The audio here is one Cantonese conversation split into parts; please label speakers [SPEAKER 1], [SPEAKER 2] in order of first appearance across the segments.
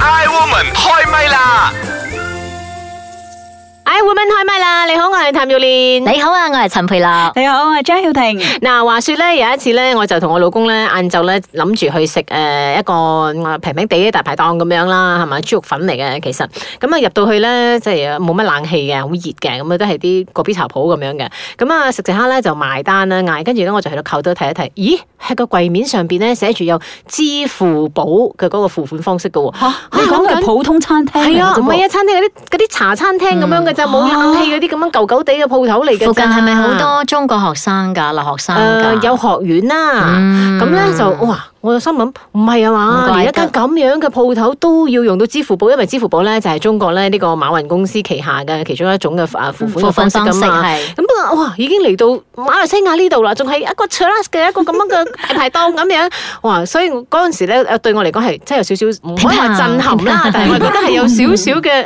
[SPEAKER 1] Iwoman 開唛啦！
[SPEAKER 2] 哎，woman 開唛啦！你好，我係譚耀蓮。
[SPEAKER 3] 你好啊，我係陳培樂。
[SPEAKER 4] 你好，我係張曉婷。
[SPEAKER 2] 嗱，話說咧，有一次咧，我就同我老公咧晏晝咧諗住去食誒一個呃平平地嘅大排檔咁樣啦，係咪？豬肉粉嚟嘅其實，咁啊入到去咧即係冇乜冷氣嘅，好熱嘅，咁啊都係啲嗰邊茶鋪咁樣嘅。咁啊食食下咧就埋單啦，嗌跟住咧我就去到扣到睇一睇，咦喺個櫃面上邊咧寫住有支付寶嘅嗰個付款方式嘅喎。
[SPEAKER 4] 吓，你講嘅係普通餐廳
[SPEAKER 2] 係啊，
[SPEAKER 4] 嚟嘅啫
[SPEAKER 2] 唔
[SPEAKER 4] 喎
[SPEAKER 2] 係啊，餐廳嗰啲嗰啲茶餐廳咁樣嘅咋，冇冷氣嗰啲咁樣舊舊地嘅鋪頭嚟嘅咋。呃
[SPEAKER 3] 嗯附近係咪好多中國學生㗎、留學生㗎？
[SPEAKER 2] 誒有學院啦，
[SPEAKER 3] 啊嗯
[SPEAKER 2] 咁咧就哇！我就心諗唔係啊
[SPEAKER 3] 唔
[SPEAKER 2] 嘛，
[SPEAKER 3] 怪
[SPEAKER 2] 連
[SPEAKER 3] 得
[SPEAKER 2] 一間咁樣嘅鋪頭都要用到支付寶，因為支付寶咧就係中國咧呢個馬雲公司旗下嘅其中一種嘅啊付款
[SPEAKER 3] 嗯付
[SPEAKER 2] 嘅
[SPEAKER 3] 款
[SPEAKER 2] 方式
[SPEAKER 3] 方式
[SPEAKER 2] 㗎嘛。
[SPEAKER 3] 係。
[SPEAKER 2] 咁啊，哇！已經嚟到馬來西亞呢度啦，仲係一個 c h a r a s 嘅一個咁樣嘅大排檔咁樣，哇！所以我嗰陣時咧，誒對我嚟講係真係有少少唔可以話震撼啦， 但係我覺得係有少少嘅誒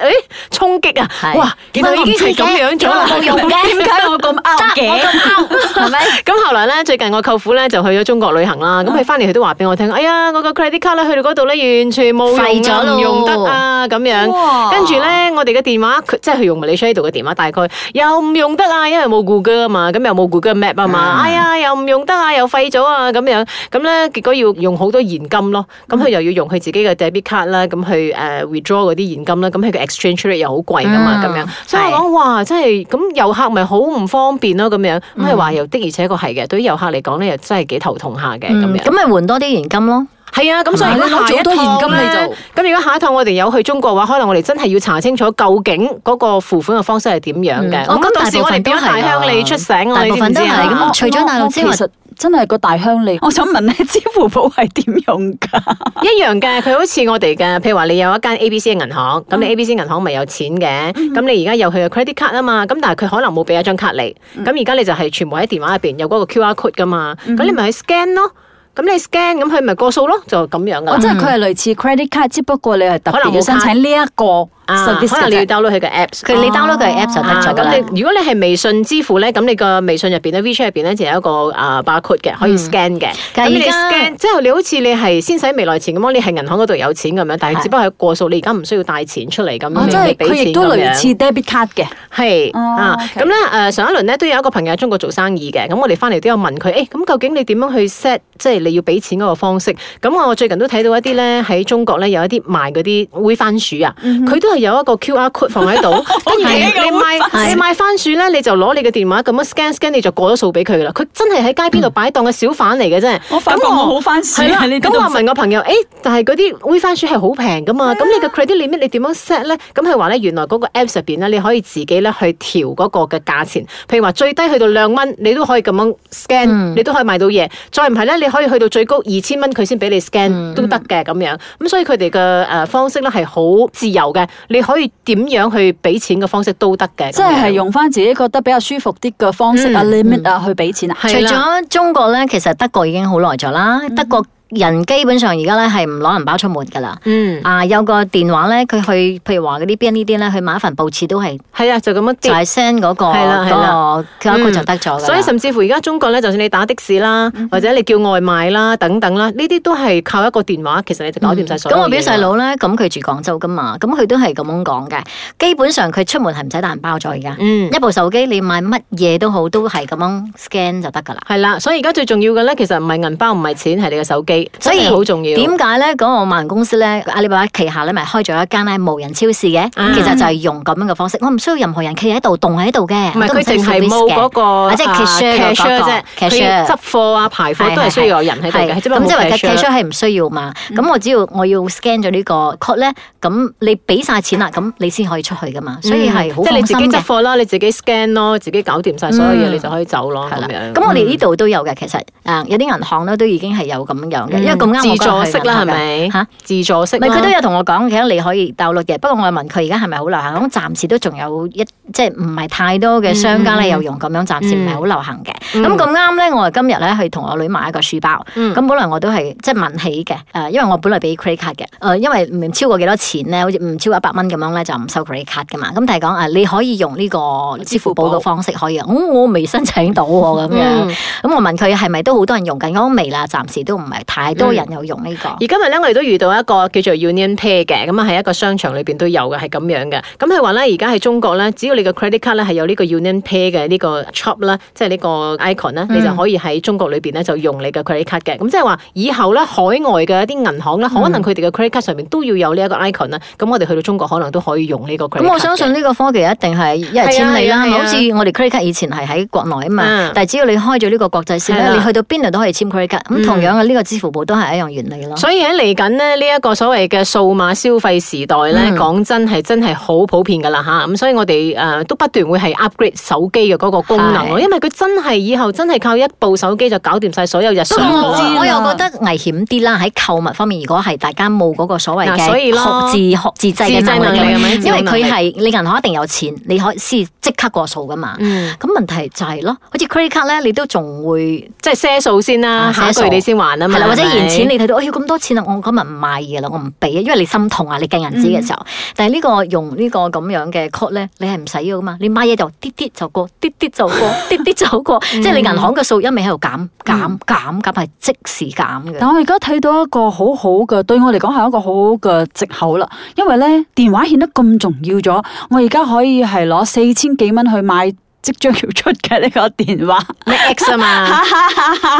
[SPEAKER 2] 衝擊啊！
[SPEAKER 3] 係
[SPEAKER 2] 哇！原來已經係咁樣咗啦，
[SPEAKER 3] 點解我冇用嘅
[SPEAKER 4] 點解我咁 out 嘅？
[SPEAKER 3] 係咪？
[SPEAKER 2] 咁後來咧，最近我舅父咧就去咗中國旅行啦。咁佢翻嚟佢都話俾我聽，哎呀，我個 credit card 咧去到嗰度咧完全冇
[SPEAKER 3] 廢
[SPEAKER 2] 用
[SPEAKER 3] 咗
[SPEAKER 2] 啊，
[SPEAKER 3] 咯
[SPEAKER 2] 唔用得啊咁樣。
[SPEAKER 4] 哇
[SPEAKER 2] 跟住咧，我哋嘅電話，佢即係佢用 Malaysia 呢度嘅電話，大概又唔用得啊，因為冇 Google 啊嘛，咁又冇 Google Map 啊嘛，哎呀，又唔用得啊，又廢咗啊咁樣。咁咧，結果要用好多現金咯。咁佢又要用佢自己嘅 debit card 啦，咁去誒 withdraw 嗰啲現金啦。咁佢嘅 exchange rate 又好貴噶嘛，咁
[SPEAKER 3] 嗯
[SPEAKER 2] 樣。 所以我
[SPEAKER 3] 係
[SPEAKER 2] 講。哇！真係咁遊客咪好唔方便咯，咁樣咁係話又的而且確係嘅，對於遊客嚟講咧，又真係幾頭痛下嘅咁
[SPEAKER 3] 嗯咁
[SPEAKER 2] 樣。
[SPEAKER 3] 咪換多啲現金咯。
[SPEAKER 2] 係啊，咁所以
[SPEAKER 4] 係
[SPEAKER 2] 如果
[SPEAKER 4] 你攞咗
[SPEAKER 2] 下
[SPEAKER 4] 好
[SPEAKER 2] 一
[SPEAKER 4] 多現
[SPEAKER 2] 趟
[SPEAKER 4] 金
[SPEAKER 2] 咧，咁如果下一趟我哋有去中國嘅話，可能我哋真係要查清楚究竟嗰個付款嘅方式係點樣嘅。
[SPEAKER 3] 嗯
[SPEAKER 2] 咁到時我哋變咗大鄉里出醒我
[SPEAKER 3] 大部
[SPEAKER 2] 哋知
[SPEAKER 3] 分
[SPEAKER 2] 唔
[SPEAKER 3] 都
[SPEAKER 2] 知
[SPEAKER 3] 係
[SPEAKER 2] 啊？
[SPEAKER 3] 咁，除咗大陸之
[SPEAKER 4] 我
[SPEAKER 3] 外
[SPEAKER 4] 我其，實真係個大鄉里。我想問咧， 支付寶係點用㗎？
[SPEAKER 2] 一樣嘅，佢好似我哋嘅，譬如話你有一間 A B C 嘅銀行，
[SPEAKER 4] 嗯
[SPEAKER 2] 咁你 A B C 銀行咪有錢嘅，咁你而家有佢嘅 credit card 啊嘛，咁但係佢可能冇俾一張卡你，
[SPEAKER 4] 嗯
[SPEAKER 2] 咁而家你就係全部喺電話入邊有嗰個 QR code 噶嘛，咁你咪去 scan 咯，咁你 scan 咁佢咪過數咯，就咁樣噶啦。
[SPEAKER 4] 我哦即係佢係類似 credit card，只不過你係特
[SPEAKER 2] 可能
[SPEAKER 4] 別
[SPEAKER 2] 冇
[SPEAKER 4] 要申請呢一個
[SPEAKER 2] 啊，
[SPEAKER 4] service
[SPEAKER 2] 可能
[SPEAKER 4] 嘅
[SPEAKER 2] 你要
[SPEAKER 4] 啫。
[SPEAKER 2] download 佢嘅 apps。
[SPEAKER 3] 佢你 download 佢嘅 app 就得
[SPEAKER 2] 啊
[SPEAKER 3] 咗㗎啦
[SPEAKER 2] 咁。你如果你係微信支付咧，咁你個微信入邊咧，WeChat 入邊咧就有一個啊 barcode 嘅，可以 scan 嘅。
[SPEAKER 3] 嗯但
[SPEAKER 2] 咁
[SPEAKER 3] 係
[SPEAKER 2] 你
[SPEAKER 3] 而家
[SPEAKER 2] scan 之後，你好似你係先使未來錢咁咯，你係銀行嗰度有錢咁樣，但係
[SPEAKER 3] 係
[SPEAKER 2] 只不過係過數，你而家唔需要帶錢出嚟咁
[SPEAKER 4] 哦
[SPEAKER 2] 樣，
[SPEAKER 4] 即
[SPEAKER 2] 你
[SPEAKER 4] 係
[SPEAKER 2] 俾
[SPEAKER 4] 佢
[SPEAKER 2] 錢
[SPEAKER 4] 亦都
[SPEAKER 2] 咁
[SPEAKER 4] 類似
[SPEAKER 2] 樣。
[SPEAKER 4] debit card 嘅。
[SPEAKER 2] 係
[SPEAKER 4] 哦
[SPEAKER 2] 啊，
[SPEAKER 4] OK
[SPEAKER 2] 咁咧誒上一輪咧都有一個朋友喺中國做生意嘅，咁我哋翻嚟都有問佢，誒咁究竟你點樣去 set 即係你要俾錢嗰個方式？咁我最近都睇到一啲咧喺中國咧有一啲賣嗰啲煨番薯啊，
[SPEAKER 4] 嗯
[SPEAKER 2] 佢都係有一個 QR code 放 喺度，跟住你
[SPEAKER 4] 記得
[SPEAKER 2] 你
[SPEAKER 4] 煨
[SPEAKER 2] 買
[SPEAKER 3] 薯
[SPEAKER 2] 你買番薯咧，你就攞你嘅電話咁樣 scan scan，你就過咗數俾佢噶啦。佢真係喺街邊度擺檔嘅小販嚟嘅啫。
[SPEAKER 4] 嗯我發覺
[SPEAKER 2] 咁
[SPEAKER 4] 我好番薯
[SPEAKER 2] 係啦
[SPEAKER 4] 啊呢啲
[SPEAKER 2] 咁
[SPEAKER 4] 都
[SPEAKER 2] 我
[SPEAKER 4] 唔識
[SPEAKER 2] 問我朋友，誒，但係嗰啲煨番薯係啊好平噶嘛？咁你嘅 credit limit 你點樣 set 咧？咁佢話咧，原來嗰個 apps 入邊咧，你可以自己咧去調嗰個嘅價錢。譬如話最低去到兩蚊，你都可以咁樣 scan，你都可以買到嘢。再唔係咧，你可以去到最高二千蚊，佢先俾你 scan 都得嘅咁樣。咁所以佢哋嘅誒方式咧係好自由嘅，你可以點樣去俾錢嘅方式都得嘅。
[SPEAKER 4] 即係係用翻自己覺得比較舒服啲嘅方式啊
[SPEAKER 2] 嗯
[SPEAKER 4] limit 啊去俾錢啊。
[SPEAKER 2] 係
[SPEAKER 3] 除
[SPEAKER 2] 啦嗯
[SPEAKER 3] 咗中國咧，其實德國已經好耐咗啦。德國人基本上而家咧係唔攞銀包出門㗎啦。
[SPEAKER 2] 嗯。
[SPEAKER 3] 啊，有個電話咧，佢去譬如話嗰啲 B N 呢啲咧，去買一份報紙都係
[SPEAKER 2] 係啊，就咁樣
[SPEAKER 3] 就
[SPEAKER 2] 跌
[SPEAKER 3] 係 send 嗰個
[SPEAKER 2] 係啦係
[SPEAKER 3] 嗰
[SPEAKER 2] 啦
[SPEAKER 3] 個 QR code 就得咗㗎啦。嗯
[SPEAKER 2] 所以甚至乎而家中國咧，就算你打的士啦，或者你叫外賣啦等等啦，呢啲都係靠一個電話，其實你就搞掂晒所有
[SPEAKER 3] 咁
[SPEAKER 2] 嘢
[SPEAKER 3] 我表細
[SPEAKER 2] 啦。
[SPEAKER 3] 佬咧，啊咁佢住廣州噶嘛，咁佢都係咁樣講嘅。基本上佢出門係唔使帶銀包咗而家，
[SPEAKER 2] 嗯
[SPEAKER 3] 一部手機你買乜嘢都好，都係咁樣 scan 就得噶啦。
[SPEAKER 2] 係啦，所以而家最重要嘅咧，其實唔係銀包，唔係錢，係你嘅手機，
[SPEAKER 3] 所
[SPEAKER 2] 真
[SPEAKER 3] 以
[SPEAKER 2] 係好重要。
[SPEAKER 3] 點解咧？嗰個馬雲公司咧，阿里巴巴旗下咧，咪開咗一間咧無人超市嘅，
[SPEAKER 2] 啊
[SPEAKER 3] 其實就係用咁樣嘅方式，我唔需要任何人企喺度，動喺度嘅，
[SPEAKER 2] 唔係
[SPEAKER 3] 我都
[SPEAKER 2] 佢
[SPEAKER 3] 使
[SPEAKER 2] 淨
[SPEAKER 3] 做
[SPEAKER 2] 係
[SPEAKER 3] risk
[SPEAKER 2] 冇
[SPEAKER 3] 嘅
[SPEAKER 2] 嗰個
[SPEAKER 3] 啊即係
[SPEAKER 2] 啊 cashier 啫，
[SPEAKER 3] cashier 嗰個
[SPEAKER 2] 佢
[SPEAKER 3] cashier
[SPEAKER 2] 要執貨啊、排貨都係需要有人喺度嘅，只不過
[SPEAKER 3] 咁即係話
[SPEAKER 2] 冇
[SPEAKER 3] 個
[SPEAKER 2] cashier 嗯
[SPEAKER 3] cashier 係唔需要嘛？咁我只要我要 scan 咗呢個 code 咧，咁你俾晒錢啦，咁你先可以出去噶嘛，所以係好
[SPEAKER 2] 嗯即係你
[SPEAKER 3] 放
[SPEAKER 2] 自
[SPEAKER 3] 心
[SPEAKER 2] 己
[SPEAKER 3] 嘅
[SPEAKER 2] 執。貨啦，你自己 scan 咯，自己搞掂晒所有嘢，
[SPEAKER 3] 嗯
[SPEAKER 2] 你就可以走咯
[SPEAKER 3] 係
[SPEAKER 2] 咁
[SPEAKER 3] 啦，
[SPEAKER 2] 樣。
[SPEAKER 3] 咁我哋呢度都有嘅，其實誒有啲銀行咧都已經係有咁樣嘅，因為咁
[SPEAKER 2] 嗯自
[SPEAKER 3] 啱我嗰日
[SPEAKER 2] 助
[SPEAKER 3] 去
[SPEAKER 2] 式
[SPEAKER 3] 銀
[SPEAKER 2] 啦，
[SPEAKER 3] 行
[SPEAKER 2] 係咪？
[SPEAKER 3] 嘅嚇？
[SPEAKER 2] 自助式
[SPEAKER 3] 唔係
[SPEAKER 2] 啦
[SPEAKER 3] 佢都有同我講嘅，你可以鬥率嘅。不過我問佢而家係咪好流行，咁暫時都仲有一即係唔係太多
[SPEAKER 2] 嗯
[SPEAKER 3] 嘅商家咧有用咁樣，暫時唔係好流行嘅。咁咁啱咧，我係今日咧去同我女買一個書包。
[SPEAKER 2] 嗯
[SPEAKER 3] 咁本來我都係即係問起嘅，誒，因為我本來俾 credit card 嘅，誒，因為唔超過幾多錢咧，好似唔超過一百蚊咁樣咧就唔收 credit card 噶嘛。咁但係講誒，啊你可以用呢個支付寶嘅方式可以啊。嗯我未申請到喎咁樣。
[SPEAKER 2] 嗯
[SPEAKER 3] 咁我問佢係咪都好多人用緊，我講未啦，暫時都唔係太大多
[SPEAKER 2] 嗯
[SPEAKER 3] 人又用呢個。
[SPEAKER 2] 而今日咧，我哋都遇到一個叫做 Union Pay 嘅，咁啊喺一個商場裏邊都有嘅，係咁樣嘅。咁佢話咧，而家喺中國咧，只要你嘅 credit card 咧係有呢個 Union Pay 嘅呢個 chop 啦，即係呢個 icon 咧，
[SPEAKER 3] 嗯
[SPEAKER 2] 你就可以喺中國裏邊咧就用你嘅 credit card 嘅。咁即係話以後咧，海外嘅一啲銀行咧，可能
[SPEAKER 3] 嗯
[SPEAKER 2] 佢哋嘅 credit card 上面都要有呢一個 icon 啦。咁我哋去到中國可能都可以用呢個 credit card 嘅。
[SPEAKER 3] 咁我相信呢個科技一定係一日千里
[SPEAKER 2] 係啊係啊
[SPEAKER 3] 啦，
[SPEAKER 2] 係啊
[SPEAKER 3] 好似我哋 credit card 以前係喺國內啊
[SPEAKER 2] 嗯
[SPEAKER 3] 嘛，但係只要你開咗呢個國際線
[SPEAKER 2] 係啦
[SPEAKER 3] 咧，你去到邊度都可以簽 credit card。
[SPEAKER 2] 嗯
[SPEAKER 3] 咁同樣嘅呢個支付寶都係一樣原理咯。
[SPEAKER 2] 所以喺嚟緊咧呢一個所謂嘅數碼消費時代咧，
[SPEAKER 3] 嗯
[SPEAKER 2] 講、真係真係好普遍噶啦吓，咁所以我哋誒、呃都不斷會係 upgrade 手機嘅嗰個功能咯，
[SPEAKER 3] 係
[SPEAKER 2] 因為佢真係以後真係靠一部手機就搞掂晒所有日
[SPEAKER 3] 不
[SPEAKER 2] 常
[SPEAKER 3] 過
[SPEAKER 4] 信
[SPEAKER 2] 嘅
[SPEAKER 4] 號啊
[SPEAKER 3] 我我
[SPEAKER 2] 喎。
[SPEAKER 3] 又覺得危險啲啦，喺購物方面，如果係大家冇嗰個所謂
[SPEAKER 2] 嗱所以
[SPEAKER 3] 嘅
[SPEAKER 2] 咯
[SPEAKER 3] 學自學自制嘅
[SPEAKER 2] 自制
[SPEAKER 3] 能
[SPEAKER 2] 能
[SPEAKER 3] 力
[SPEAKER 2] 力
[SPEAKER 3] 嘅
[SPEAKER 2] 係
[SPEAKER 3] 話，
[SPEAKER 2] 咪？
[SPEAKER 3] 因為佢係你銀行一定有錢，你可以先即刻過數噶嘛。
[SPEAKER 2] 嗯，
[SPEAKER 3] 咁問題就係咯，好似 credit card 咧，你都仲會
[SPEAKER 2] 即係些數先啦，
[SPEAKER 3] 啊
[SPEAKER 2] 下一
[SPEAKER 3] 些
[SPEAKER 2] 句
[SPEAKER 3] 數
[SPEAKER 2] 你先還啊嘛，
[SPEAKER 3] 係啦，或者
[SPEAKER 2] 係咪
[SPEAKER 3] 現錢 你睇到，哎呀咁多錢啦，我今日唔買嘢啦，我唔俾啊，因為你心痛啊，你計銀紙嘅時候。但係呢個用呢個咁樣嘅 code 咧，你係唔使要噶嘛，你買嘢就啲啲就過，啲啲就 過，啲啲就過，即係你銀行嘅數一味喺度減減減減，係即時減嘅。
[SPEAKER 4] 但我而家睇到一個好好嘅，對我嚟講係一個好好嘅藉口啦。因為咧電話顯得咁重要咗，我而家可以係攞四千幾蚊去買即將要出嘅呢個電話。
[SPEAKER 2] 咩 X 啊 嘛，啊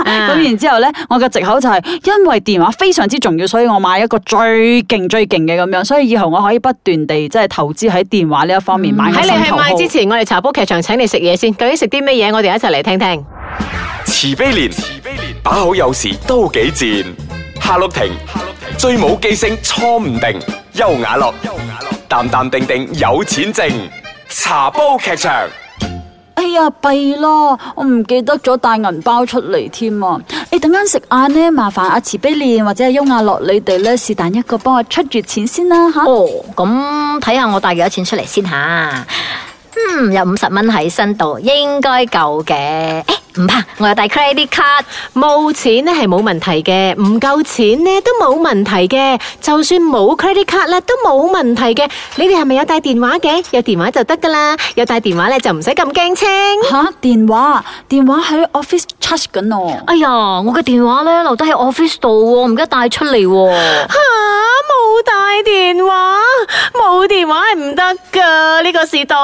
[SPEAKER 4] 咁然之後咧，我嘅藉口就係因為電話非常之重要，所以我買一個最勁最勁嘅咁樣，所以以後我可以不斷地即係投資喺電話呢一方面買我
[SPEAKER 2] 嗯喺
[SPEAKER 4] 心
[SPEAKER 2] 你去
[SPEAKER 4] 頭好。
[SPEAKER 2] 買之前，我哋茶煲劇場請你食嘢先，究竟食啲乜嘢？我哋一齊嚟聽聽。
[SPEAKER 1] 慈悲蓮，慈悲蓮，把好有時都幾賤。夏綠庭，夏綠庭，最冇記性錯唔定。優雅樂，優雅樂，淡淡定定有錢剩。茶煲劇場，
[SPEAKER 4] 哎呀，弊啦！我唔記得咗帶銀包出嚟添啊！你等間食晏呢，麻煩阿慈悲蓮或者係優雅樂你哋咧，是但一個幫我出住錢先啦吓。
[SPEAKER 3] 哦，咁睇下我帶幾多錢出嚟先吓。嗯，有五十蚊喺身度，應該夠嘅。誒，唔怕，我有帶 credit card。
[SPEAKER 2] 冇錢咧係冇問題嘅，唔夠錢咧都冇問題嘅，就算冇 credit card 咧都冇問題嘅。你哋係咪有帶電話嘅？有電話就得噶啦，有帶電話咧就唔使咁驚 青。
[SPEAKER 4] 吓電話，電話喺 office charge 緊我。
[SPEAKER 3] 哎呀，我嘅電話咧留低喺 office 度喎，我唔記得帶出嚟喎。
[SPEAKER 2] 吓，冇帶電話，冇電話係唔得噶呢個時代。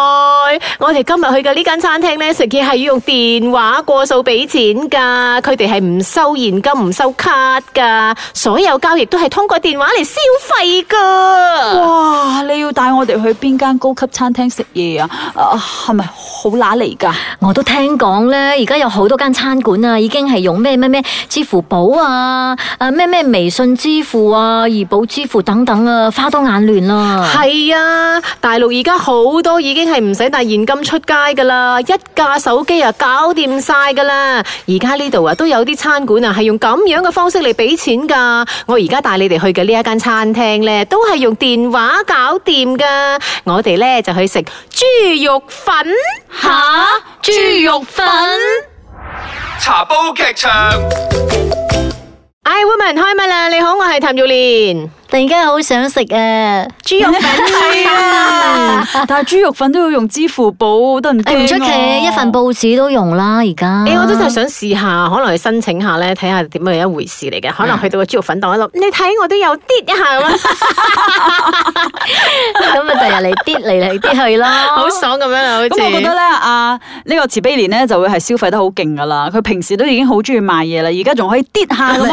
[SPEAKER 2] 我哋今日去嘅呢間餐廳咧，食嘢係要用電話過數俾錢噶，佢哋係唔收現金、唔收卡噶，所有交易都係通過電話嚟消費噶。
[SPEAKER 4] 哇！你要帶我哋去邊間高級餐廳食嘢啊？啊，係咪好乸嚟㗎？
[SPEAKER 3] 我都聽講咧，而家有好多間餐館啊，已經係用咩咩咩支付寶啊，啊咩咩微信支付啊、怡寶支付等等啊，花多眼亂啦。
[SPEAKER 2] 係啊，大陸而家好多已經係唔使帶現金出街噶啦，一架手機啊搞掂晒噶啦。而家呢度啊都有啲餐館啊係用咁樣嘅方式嚟俾錢噶。我而家帶你哋去嘅呢一間餐廳呢，都係用電話搞掂噶。我哋呢就去食豬肉粉。
[SPEAKER 3] 吓，豬肉粉。
[SPEAKER 1] 茶煲劇場。
[SPEAKER 2] I woman 開唛啦！你好，我係譚玉蓮。
[SPEAKER 3] 突然間好想食啊！
[SPEAKER 2] 豬肉粉 啊
[SPEAKER 4] 但係豬肉粉都要用支付寶，得唔啊得？
[SPEAKER 3] 哎誒唔出奇，一份報紙都用啦，而家。
[SPEAKER 2] 誒、我都真係想試下，可能去申請下咧，睇下點樣一回事嚟嘅。可能去到個豬肉粉檔嗰度，你睇我都有啲一下咁啊樣。
[SPEAKER 3] 咁咪第日嚟啲嚟嚟啲去咯。
[SPEAKER 2] 好爽咁樣啊，好似。
[SPEAKER 4] Ờ. 咁我覺得咧，啊呢、個慈悲蓮咧就會係消費得好勁噶啦。佢平時都已經好中意賣嘢啦，而家仲可以跌下咁
[SPEAKER 3] 因為
[SPEAKER 4] 樣，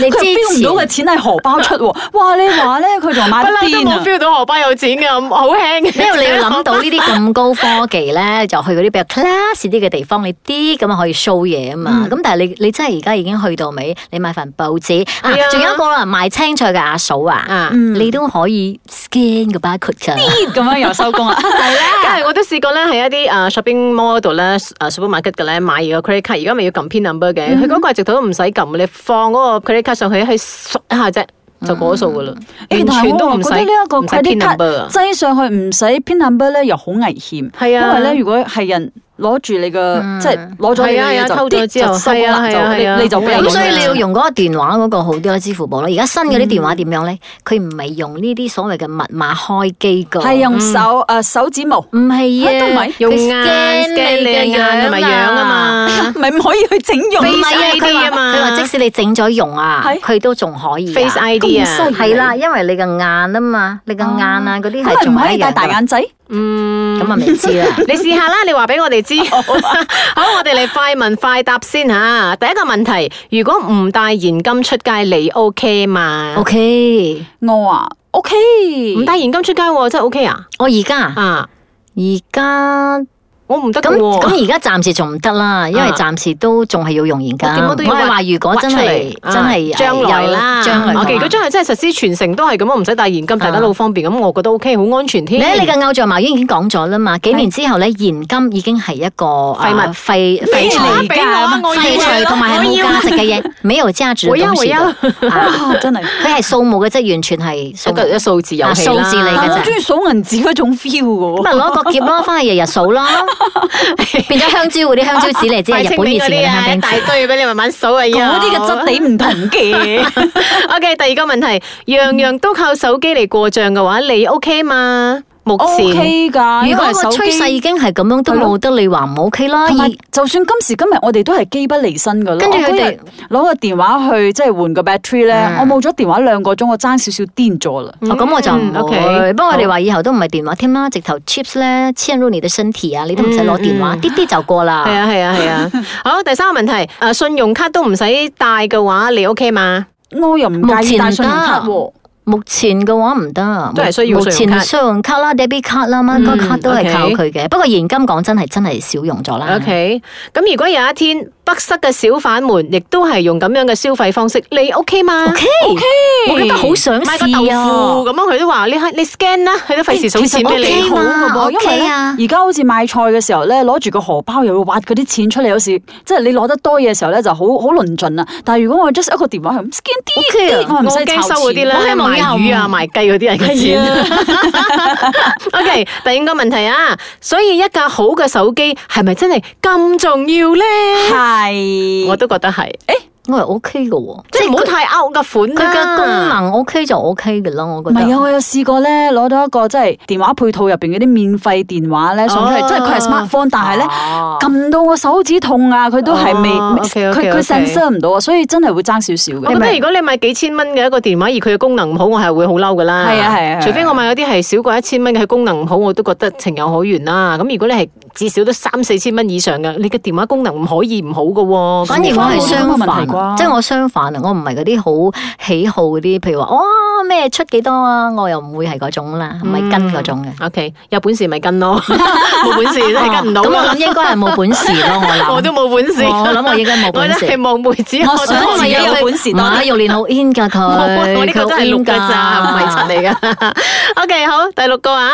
[SPEAKER 4] 又
[SPEAKER 3] 你
[SPEAKER 4] 佢
[SPEAKER 3] 之
[SPEAKER 4] 又 feel 唔
[SPEAKER 3] 前
[SPEAKER 4] 到嘅錢係荷包出喎。哇！你話咧，佢仲買得
[SPEAKER 2] 不嬲都
[SPEAKER 4] 癲
[SPEAKER 2] 冇
[SPEAKER 4] 啊！
[SPEAKER 2] feel 到荷包有錢嘅，好輕。
[SPEAKER 3] 因為你要諗到呢啲 咁高科技咧，就去嗰啲比較 class 啲嘅地方，你啲咁啊可以 show 嘢啊嘛。咁、但係你你真係而家已經去到尾，你買份報紙啊
[SPEAKER 2] 係啊，
[SPEAKER 3] 仲有一個啦，賣青菜嘅阿嫂啊，
[SPEAKER 2] 啊。
[SPEAKER 4] 嗯
[SPEAKER 3] 你都可以 scan 個 barcode 㗎。
[SPEAKER 4] 咁樣又收 工啦。
[SPEAKER 2] 梗係我都試過咧，喺一啲誒 shopping mall 度咧，誒 supermarket 嘅咧買嘢個 credit card，而家咪要撳 pin number 嘅，佢嗰個係直頭都唔使撳，你放嗰個 credit card 上去，去掃一下啫，就過咗數噶啦，
[SPEAKER 4] 誒
[SPEAKER 2] 完全都唔
[SPEAKER 4] 但係我
[SPEAKER 2] 使
[SPEAKER 4] 覺得呢一個
[SPEAKER 2] 唔使 pin
[SPEAKER 4] credit
[SPEAKER 2] number 啊
[SPEAKER 4] card 擠上去唔使 pin number 咧，又好危險。
[SPEAKER 2] 係啊
[SPEAKER 4] 因為咧，如果係人攞住你個
[SPEAKER 3] 嗯
[SPEAKER 4] 即係攞咗你
[SPEAKER 2] 係啊係
[SPEAKER 4] 嘅
[SPEAKER 2] 啊
[SPEAKER 4] 嘢就
[SPEAKER 2] 偷咗之後
[SPEAKER 4] 就收工
[SPEAKER 2] 係啊
[SPEAKER 4] 啦
[SPEAKER 2] 係啊
[SPEAKER 4] 就你
[SPEAKER 2] 係啊
[SPEAKER 4] 你就俾 人
[SPEAKER 3] 咁嗯
[SPEAKER 4] 攞
[SPEAKER 3] 所以
[SPEAKER 4] 咗
[SPEAKER 3] 你要用嗰個電話嗰個好啲啦，支付寶啦。而家新嗰啲電話點樣咧？佢唔係用呢啲所謂嘅密碼開機噶，
[SPEAKER 4] 係用手
[SPEAKER 2] 嗯
[SPEAKER 4] 誒手指模，
[SPEAKER 3] 啊唔係
[SPEAKER 4] 啊都唔
[SPEAKER 3] 啊
[SPEAKER 4] 係？
[SPEAKER 2] 用
[SPEAKER 3] 佢
[SPEAKER 2] 眼 scan 你嘅眼同埋樣啊。 嘛。
[SPEAKER 4] 咪唔可以去整容
[SPEAKER 3] 唔
[SPEAKER 4] 咩
[SPEAKER 2] Face
[SPEAKER 3] 係啊，佢
[SPEAKER 2] ID
[SPEAKER 3] 話
[SPEAKER 2] 啊嘛
[SPEAKER 3] 佢話即使你整咗容啊
[SPEAKER 4] 係，
[SPEAKER 3] 佢都仲可以啊。
[SPEAKER 2] Face ID 啊
[SPEAKER 4] 咁，犀利
[SPEAKER 3] 係啦，因為你嘅眼啊嘛，你嘅眼
[SPEAKER 2] 哦
[SPEAKER 3] 啊嗰啲係
[SPEAKER 4] 咁
[SPEAKER 3] 仲
[SPEAKER 4] 咪唔可
[SPEAKER 3] 係
[SPEAKER 4] 以
[SPEAKER 3] 一樣
[SPEAKER 4] 戴大
[SPEAKER 2] 啊
[SPEAKER 3] 㗎嘛
[SPEAKER 4] 眼仔？
[SPEAKER 2] 嗯，
[SPEAKER 3] 咁啊未知 啦。
[SPEAKER 2] 你試下啦，你話俾我哋知。 好，啊我哋嚟快問快答先吓。第一個問題，如果唔帶現金出街，你 OK 嘛
[SPEAKER 3] O K，
[SPEAKER 4] 我啊，OK，
[SPEAKER 2] 唔帶現金出街喎，真係 OK 啊？
[SPEAKER 3] 我而家
[SPEAKER 2] 啊，
[SPEAKER 3] 而家
[SPEAKER 2] 我唔得㗎
[SPEAKER 3] 咁
[SPEAKER 2] 喎。
[SPEAKER 3] 咁而家暫時仲唔得啦，因為
[SPEAKER 2] 啊
[SPEAKER 3] 暫時都仲係要用現金。
[SPEAKER 2] 我點啊
[SPEAKER 3] 我
[SPEAKER 2] 都要
[SPEAKER 3] 係話如果真
[SPEAKER 2] 挖
[SPEAKER 3] 係
[SPEAKER 2] 出嚟
[SPEAKER 3] 真係
[SPEAKER 2] 啊將來啦，
[SPEAKER 3] 將來嘅話
[SPEAKER 2] 我哋如果將來真係實施全城都係咁，我唔使帶現金，大家都好方便，咁我覺得 OK，好安全添。
[SPEAKER 3] 咧，你嘅偶像矛已經講咗啦嘛，幾年之後咧，現金已經係一個
[SPEAKER 2] 廢物
[SPEAKER 3] 啊廢
[SPEAKER 2] 俾
[SPEAKER 3] 廢
[SPEAKER 2] 我啊
[SPEAKER 3] 材、
[SPEAKER 2] 俾我啊，我要
[SPEAKER 3] 廢材同埋係
[SPEAKER 2] 我
[SPEAKER 3] 冇
[SPEAKER 2] 要啊
[SPEAKER 3] 價值嘅嘢，沒有價值嘅東西
[SPEAKER 2] 我要
[SPEAKER 3] 的。啊
[SPEAKER 4] 哇， 真係。
[SPEAKER 3] 佢係數目嘅啫，完全係數
[SPEAKER 2] 一
[SPEAKER 3] 目。
[SPEAKER 2] 個一數字遊戲啦
[SPEAKER 3] 啊數字嚟嘅
[SPEAKER 4] 但
[SPEAKER 3] 啫
[SPEAKER 4] 我好中意數銀紙嗰種
[SPEAKER 3] 咁
[SPEAKER 4] feel 嘅喎。
[SPEAKER 3] 咪攞個夾咯，翻去日日數咯，變咗香蕉嗰啲香蕉紙 嚟，即
[SPEAKER 2] 快
[SPEAKER 3] 係日
[SPEAKER 2] 清
[SPEAKER 3] 本以
[SPEAKER 2] 明
[SPEAKER 3] 前
[SPEAKER 2] 嗰
[SPEAKER 3] 嘅
[SPEAKER 2] 啲
[SPEAKER 3] 香
[SPEAKER 2] 啊，
[SPEAKER 3] 檳
[SPEAKER 2] 大
[SPEAKER 3] 紙。
[SPEAKER 2] 堆俾你慢慢數啊，以後
[SPEAKER 4] 嗰啲嘅質地唔同 嘅，
[SPEAKER 2] OK，第二個問題，樣樣都靠手機嚟過帳嘅話，你 OK 嘛？目前
[SPEAKER 4] OK 㗎。
[SPEAKER 3] 如果個
[SPEAKER 4] 手
[SPEAKER 3] 趨勢已
[SPEAKER 4] 機，
[SPEAKER 3] 經係咁樣，都冇得你話唔 OK 啦。哦
[SPEAKER 4] 同埋
[SPEAKER 3] 而
[SPEAKER 4] 就算今時今日我哋都係機不離身㗎啦。
[SPEAKER 3] 跟住佢
[SPEAKER 4] 我嗰
[SPEAKER 3] 哋
[SPEAKER 4] 日攞個電話去即係換個 battery 咧，
[SPEAKER 3] 嗯
[SPEAKER 4] 我冇咗電話兩個鐘，我爭少少癲咗啦。
[SPEAKER 3] 哦，咁我就唔
[SPEAKER 2] 嗯
[SPEAKER 3] 會。
[SPEAKER 2] ，OK
[SPEAKER 3] 不過我哋話以後都唔係電話添啦，直頭 chips 咧嵌入你的身體啊，你都唔使攞電話，
[SPEAKER 2] 嗯嗯
[SPEAKER 3] 啲啲就過啦。
[SPEAKER 2] 係啊係啊係啊。好，第三個問題，诶、信用卡都唔使帶嘅話，你 OK 嘛？
[SPEAKER 4] 我又唔介意帶信用卡喎，
[SPEAKER 3] 嗯目前嘅話唔得，
[SPEAKER 2] 都係需要
[SPEAKER 3] 目
[SPEAKER 2] 信用卡嗯
[SPEAKER 3] 前信用卡啦、debit 卡啦、乜個卡都係靠佢嘅。不過現金講真係真係少用咗啦。
[SPEAKER 2] OK，咁如果有一天北塞嘅小販們亦都係用咁樣嘅消費方式，你 OK 嘛
[SPEAKER 3] OK，我覺得好想
[SPEAKER 2] 買個豆
[SPEAKER 3] 試啊
[SPEAKER 2] 腐！咁樣，佢都話你你 scan 啦，佢都費事數錢俾
[SPEAKER 3] 其
[SPEAKER 2] 你。
[SPEAKER 3] 實
[SPEAKER 4] 好
[SPEAKER 3] 我 OK 嘛
[SPEAKER 4] 㗎噃，因為
[SPEAKER 3] OK
[SPEAKER 4] 咧
[SPEAKER 3] 啊
[SPEAKER 4] 而家好似買菜嘅時候咧，攞住個荷包又會挖嗰啲錢出嚟，有時即係你攞得多嘢嘅時候咧就好好論盡啊。但係如果我 just 一個電話係咁 scan 啲
[SPEAKER 3] OK 啊
[SPEAKER 4] 我唔
[SPEAKER 2] 嗯我
[SPEAKER 4] 使
[SPEAKER 2] 驚收
[SPEAKER 4] 抄
[SPEAKER 2] 嗰啲
[SPEAKER 4] 錢
[SPEAKER 2] 咧，
[SPEAKER 3] 我希望
[SPEAKER 2] 賣
[SPEAKER 3] 以後唔
[SPEAKER 2] 魚啊、賣雞嗰啲人嘅錢。
[SPEAKER 4] 係 啊
[SPEAKER 2] OK，第五個問題啊，所以一架好嘅手機係咪真係咁重要咧？
[SPEAKER 4] 係
[SPEAKER 2] 我都覺得係，
[SPEAKER 3] 我係 OK 嘅喎，
[SPEAKER 2] 即係唔好太 out 嘅款
[SPEAKER 3] 佢
[SPEAKER 2] 啦
[SPEAKER 3] 嘅功能 OK 就 OK 嘅啦，我
[SPEAKER 4] 唔
[SPEAKER 3] 覺
[SPEAKER 4] 係
[SPEAKER 3] 得
[SPEAKER 4] 啊！。我有試過咧，攞到一個即係電話配套入邊嗰啲免費電話咧送出嚟，
[SPEAKER 2] 哦
[SPEAKER 4] 即係佢係 smartphone，但係咧
[SPEAKER 2] 哦
[SPEAKER 4] 撳到我手指痛啊，佢都係未
[SPEAKER 2] 哦
[SPEAKER 4] 佢
[SPEAKER 2] OK，OK，
[SPEAKER 4] 佢
[SPEAKER 2] OK
[SPEAKER 4] sensor 唔到啊，所以真係會爭少少
[SPEAKER 2] 我覺
[SPEAKER 4] 嘅。
[SPEAKER 2] 得如果你買幾千蚊嘅一個電話，而佢嘅功能唔好，我係會好嬲噶啦。
[SPEAKER 4] 係啊係啊係啊
[SPEAKER 2] 除非我買嗰啲係少過一千蚊嘅，佢功能唔好，我都覺得情有可原啦。咁如果你係至少都三四千蚊以上嘅，你嘅電話功能唔可以唔好嘅喎。
[SPEAKER 3] 反而我係相
[SPEAKER 4] 冇乜問題
[SPEAKER 3] 反，啊
[SPEAKER 4] 啩
[SPEAKER 3] 即係我相反啊！我唔係嗰啲好喜好嗰啲，譬如話哇哦咩出幾多啊，我又唔會係嗰種啦，
[SPEAKER 2] 嗯
[SPEAKER 3] 唔係跟嗰種嘅。
[SPEAKER 2] O K，有本事咪跟咯，冇本事真係跟唔到
[SPEAKER 3] 咁我
[SPEAKER 2] 啦
[SPEAKER 3] 諗。應該係冇本事咯，我 諗。
[SPEAKER 2] 我都冇本事，
[SPEAKER 3] 我 諗我應該冇本事
[SPEAKER 2] 我真係望梅止渴，
[SPEAKER 4] 我想
[SPEAKER 2] 真係
[SPEAKER 4] 自己
[SPEAKER 2] 有
[SPEAKER 4] 有本事
[SPEAKER 3] 唔係玉蓮好 in 㗎佢，
[SPEAKER 2] 我呢個
[SPEAKER 3] 佢
[SPEAKER 2] 都
[SPEAKER 3] 好
[SPEAKER 2] 係六
[SPEAKER 3] in
[SPEAKER 2] 嘅咋，唔係七嚟噶。OK，好，第六個啊，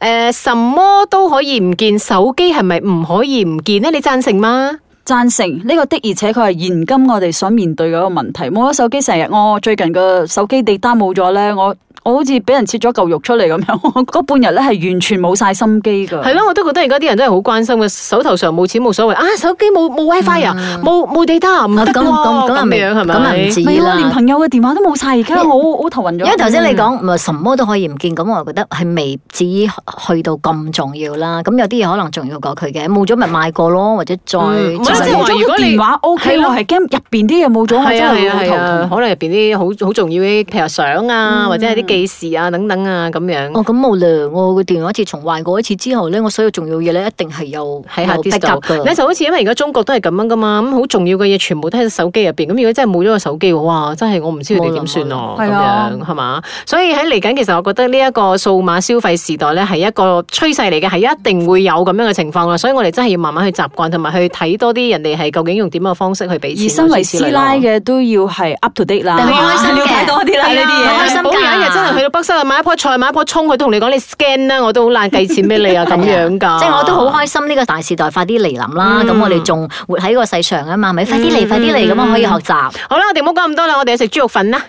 [SPEAKER 2] 诶，什麼都可以唔見，手機係咪唔可以唔見咧？你贊成嗎？
[SPEAKER 4] 贊成呢個的，而且佢係現今我哋所面對嘅一個問題。冇咗手機成日，我最近個手機地單冇咗咧，我我好似俾人切咗嚿肉出嚟咁樣，我嗰半日咧係完全冇晒心機㗎。
[SPEAKER 2] 係咯，我都覺得而家啲人真係好關心嘅，手頭上冇錢冇所謂啊，手機冇冇 WiFi 啊，冇冇 data à? 唔
[SPEAKER 3] 啊
[SPEAKER 2] 得喎
[SPEAKER 3] 咁咁咁啊
[SPEAKER 2] 咁
[SPEAKER 3] 未
[SPEAKER 2] 樣係咪？
[SPEAKER 3] 咁啊唔至於
[SPEAKER 4] 係啊，
[SPEAKER 3] 啦
[SPEAKER 4] 連。朋友嘅電話都冇晒，而家我好頭暈咗。
[SPEAKER 3] 因為頭先你講唔係什麼都可以唔見，咁我覺得係未至於去到咁重要啦。咁有啲嘢可能重要過佢嘅，冇咗咪買過咯，或者再
[SPEAKER 2] 嗯即
[SPEAKER 4] 其實
[SPEAKER 2] 係
[SPEAKER 4] 冇
[SPEAKER 2] 話
[SPEAKER 4] 咗
[SPEAKER 2] 如
[SPEAKER 4] 個
[SPEAKER 2] 果你
[SPEAKER 4] 電話 O
[SPEAKER 2] 係
[SPEAKER 4] K，
[SPEAKER 2] 咯
[SPEAKER 4] 我係驚入邊啲嘢冇咗，我
[SPEAKER 2] 係
[SPEAKER 4] 真係
[SPEAKER 2] 啊
[SPEAKER 4] 會
[SPEAKER 2] 係啊
[SPEAKER 4] 好
[SPEAKER 2] 係
[SPEAKER 4] 頭
[SPEAKER 2] 啊，
[SPEAKER 4] 痛。
[SPEAKER 2] 可能入邊啲好好重要嘅，譬如相啊，或者係啲記事啊等等啊咁樣。
[SPEAKER 3] 哦，咁冇啦！我個電話自從壞過一次之後咧，我所有重要嘢咧一定係有
[SPEAKER 2] 喺下
[SPEAKER 3] 有
[SPEAKER 2] 啲
[SPEAKER 3] backup
[SPEAKER 2] 度，你
[SPEAKER 3] 㗎。
[SPEAKER 2] 就好似因為而家中國都係咁樣噶嘛，咁好重要嘅嘢全部都喺手機入邊。咁如果真係冇咗個手機，哇！真係我唔知佢哋點算咯，咁
[SPEAKER 4] 冇啦冇
[SPEAKER 3] 啊
[SPEAKER 4] 啦
[SPEAKER 2] 樣係嘛？所以喺嚟緊，其實我覺得呢一個數碼消費時代咧係一個趨勢嚟嘅，係一定會有咁樣嘅情況啦。所以我哋真係要慢慢去習慣，同埋去睇多啲人哋係究竟用點樣嘅方式去俾錢。
[SPEAKER 4] 而身為師奶，嘅都要係 up to date 啦，
[SPEAKER 3] 但係
[SPEAKER 4] 係
[SPEAKER 3] 開心嘅
[SPEAKER 4] 了解多啲啦呢
[SPEAKER 3] 係啊
[SPEAKER 4] 啲
[SPEAKER 2] 開
[SPEAKER 4] 嘢。
[SPEAKER 2] 心
[SPEAKER 3] 開心㗎
[SPEAKER 2] 保有一日真係去到北西去買一樖菜，買一樖葱，佢都同你講你 scan 啦，我都好懶計錢俾你啊，咁樣㗎。
[SPEAKER 3] 即係我都好開心呢個大時代快啲嚟臨啦！
[SPEAKER 2] 嗯
[SPEAKER 3] 咁我哋仲活喺個世上啊嘛，咪快啲嚟，快啲嚟咁啊，可以學習。
[SPEAKER 2] 好啦，我哋唔好講咁多啦，我哋去食豬肉粉啦。